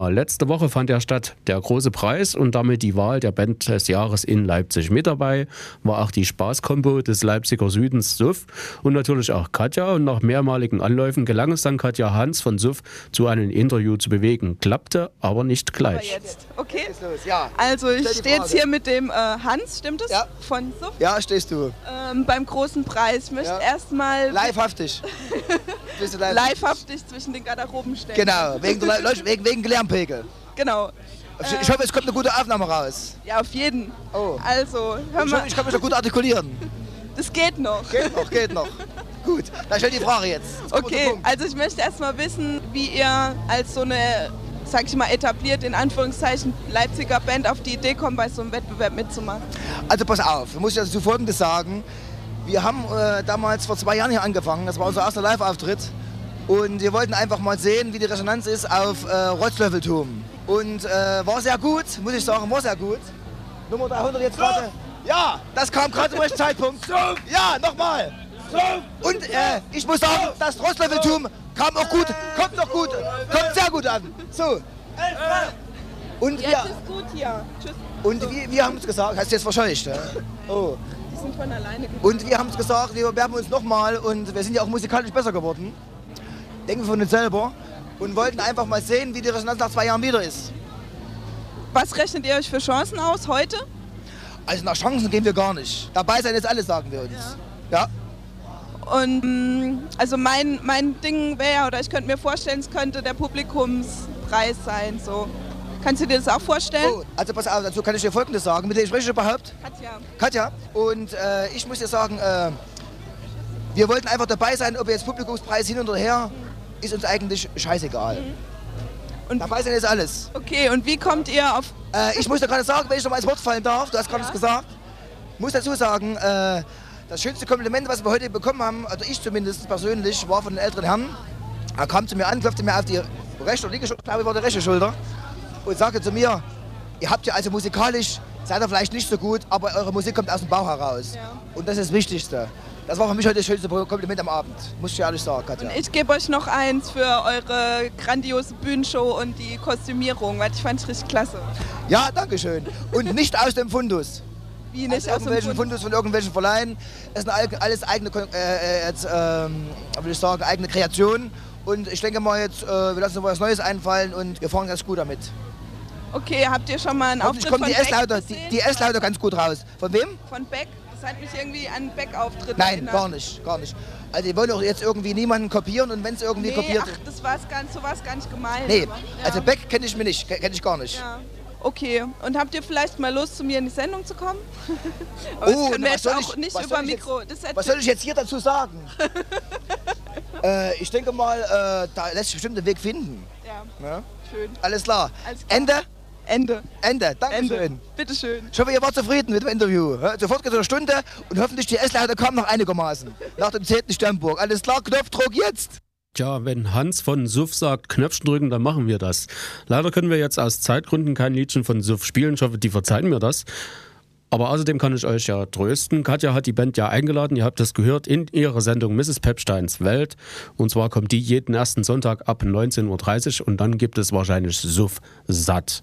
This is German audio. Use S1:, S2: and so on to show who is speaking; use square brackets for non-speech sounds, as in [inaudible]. S1: Äh, Letzte Woche fand ja statt der große Preis und damit die Wahl der Band des Jahres in Leipzig. Mit dabei war auch die Spaßkombo des Leipziger Südens Suff und natürlich auch Katja. Und nach mehrmaligen Anläufen gelang es dann Katja Hans von Suff zu einem Interview zu bewegen. Klappte aber nicht gleich.
S2: Jetzt, okay.
S3: Geht's los, ja.
S2: Also ich
S3: Stell die
S2: stehe jetzt
S3: Frage.
S2: hier mit dem äh, Hans, stimmt es?
S3: Ja.
S2: Von Suff
S3: Ja, stehst du.
S2: ähm, beim großen Preis. Ich möchte
S3: Ja.
S2: erstmal
S3: [laughs] Livehaftig. Bist du
S2: livehaftig zwischen den Garderoben stellen.
S3: Genau, wegen, der [laughs] Le- Leuch- wegen, wegen Lärmpegel.
S2: Genau.
S3: Ich, ich hoffe, es kommt eine gute Aufnahme raus.
S2: Ja, auf jeden.
S3: Oh.
S2: Also, hör
S3: Ich hoffe,
S2: mal,
S3: ich kann mich da gut artikulieren.
S2: das geht noch.
S3: Geht noch, geht noch. [laughs] Gut, dann stell die Frage jetzt. Jetzt kommt der
S2: Okay,
S3: Punkt.
S2: also ich möchte erstmal wissen, wie ihr als so eine, sag ich mal, etabliert in Anführungszeichen Leipziger Band auf die Idee kommt, bei so einem Wettbewerb mitzumachen.
S3: Also pass auf, ich muss dir dazu Folgendes sagen. Wir haben äh, damals vor zwei Jahren hier angefangen, das war unser erster Live-Auftritt. Und wir wollten einfach mal sehen, wie die Resonanz ist auf äh, Rotzlöffeltum. Und äh, war sehr gut, muss ich sagen, war sehr gut. Nummer 300 jetzt gerade. Ja, das kam gerade zum richtigen Zeitpunkt. Ja, nochmal. Und äh, ich muss sagen, das Rotzlöffeltum kam auch gut, kommt noch gut, kommt sehr gut an. So. Und wir,
S2: ist gut hier. Tschüss.
S3: und wir, wir haben es gesagt, hast du jetzt wahrscheinlich. Ne? Oh.
S2: Die sind von alleine gekommen.
S3: Und wir haben es gesagt, wir bewerben uns nochmal und wir sind ja auch musikalisch besser geworden. Denken wir von uns selber. Und wollten einfach mal sehen, wie die Resonanz nach zwei Jahren wieder ist.
S2: Was rechnet ihr euch für Chancen aus heute?
S3: Also nach Chancen gehen wir gar nicht. Dabei sein ist alles, sagen wir uns. Ja.
S2: Und mh, also mein, mein Ding wäre, oder ich könnte mir vorstellen, es könnte der Publikumspreis sein. So. Kannst du dir das auch vorstellen?
S3: Oh, also pass auf, dazu kann ich dir Folgendes sagen. Mit wem spreche ich überhaupt?
S2: Katja.
S3: Katja. Und äh, ich muss dir sagen, äh, wir wollten einfach dabei sein, ob jetzt Publikumspreis hin und her, ist uns eigentlich scheißegal.
S2: Und-
S3: dabei sein ist alles.
S2: Okay, und wie kommt ihr auf.
S3: Äh, ich muss dir gerade sagen, wenn ich noch mal ins Wort fallen darf, du hast gerade was gesagt. Muss dazu sagen, äh, das schönste Kompliment, was wir heute bekommen haben, also ich zumindest persönlich, war von den älteren Herrn. Er kam zu mir an, klopfte mir auf die rechte oder linke Schulter, glaube ich, war die rechte Schulter, und sagte zu mir, ihr habt ja also musikalisch, seid ihr vielleicht nicht so gut, aber eure Musik kommt aus dem Bauch heraus.
S2: Ja.
S3: Und das ist das Wichtigste. Das war für mich heute das schönste Kompliment am Abend, muss ich dir ehrlich sagen, Katja.
S2: Ich gebe euch noch eins für eure grandiose Bühnenshow und die Kostümierung, weil ich fand es richtig klasse.
S3: Ja, danke schön. Und nicht aus dem Fundus.
S2: Wie
S3: Nicht
S2: nicht aus dem
S3: aus Also irgendwelchen
S2: Grund.
S3: Fundus von irgendwelchen Verleihen. Es sind all- alles eigene, Kon- äh, äh, jetzt, ähm, würde ich sagen, eigene Kreationen. Und ich denke mal jetzt, äh, wir lassen uns mal was Neues einfallen und wir fahren ganz gut damit.
S2: Okay, habt ihr schon mal einen
S3: Hoffentlich
S2: Auftritt
S3: kommen
S2: von
S3: die S-Lauter,
S2: Beck
S3: die,
S2: gesehen?
S3: die S-Lauter ganz gut raus. Von wem?
S2: Von Beck? Das hat mich irgendwie an Beck-Auftritt
S3: Nein,
S2: erinnert.
S3: gar nicht, gar nicht. Also wir wollen auch jetzt irgendwie niemanden kopieren und wenn es irgendwie
S2: Nee,
S3: kopiert...
S2: ach, das war's gar nicht, so war es gar nicht gemeint.
S3: nee,
S2: aber- ja.
S3: also Beck kenne ich mir nicht, kenne ich gar nicht.
S2: Ja. Okay, und habt ihr vielleicht mal Lust, zu mir in die Sendung zu
S3: [laughs]
S2: kommen? Aber
S3: Oh,
S2: das können
S3: na,
S2: wir
S3: was
S2: jetzt
S3: soll
S2: auch
S3: ich-
S2: nicht
S3: was
S2: über
S3: soll ich
S2: Mikro. Das ist
S3: Was soll ich jetzt hier
S2: [laughs]
S3: dazu sagen? äh, ich denke mal, äh, da lässt sich bestimmt den Weg finden.
S2: ja,
S3: Ne?
S2: schön.
S3: Alles klar.
S2: Alles klar.
S3: Ende?
S2: Ende.
S3: Ende.
S2: Ende.
S3: Dankeschön.
S2: Bitteschön.
S3: Ich hoffe, ihr wart zufrieden mit dem Interview. Ja, Sofort geht es eine Stunde und hoffentlich die S-Leiter kommen noch einigermaßen. Nach dem 10. Sternburg. Alles klar, Knopfdruck jetzt!
S1: Tja, wenn Hans von Suff sagt, Knöpfchen drücken, dann machen wir das. Leider können wir jetzt aus Zeitgründen kein Liedchen von Suff spielen. Ich hoffe, die verzeihen mir das. Aber außerdem kann ich euch ja trösten. Katja hat die Band ja eingeladen, ihr habt das gehört, in ihrer Sendung Mrs. Pepsteins Welt. Und zwar kommt die jeden ersten Sonntag ab 19.30 Uhr und dann gibt es wahrscheinlich Suff satt.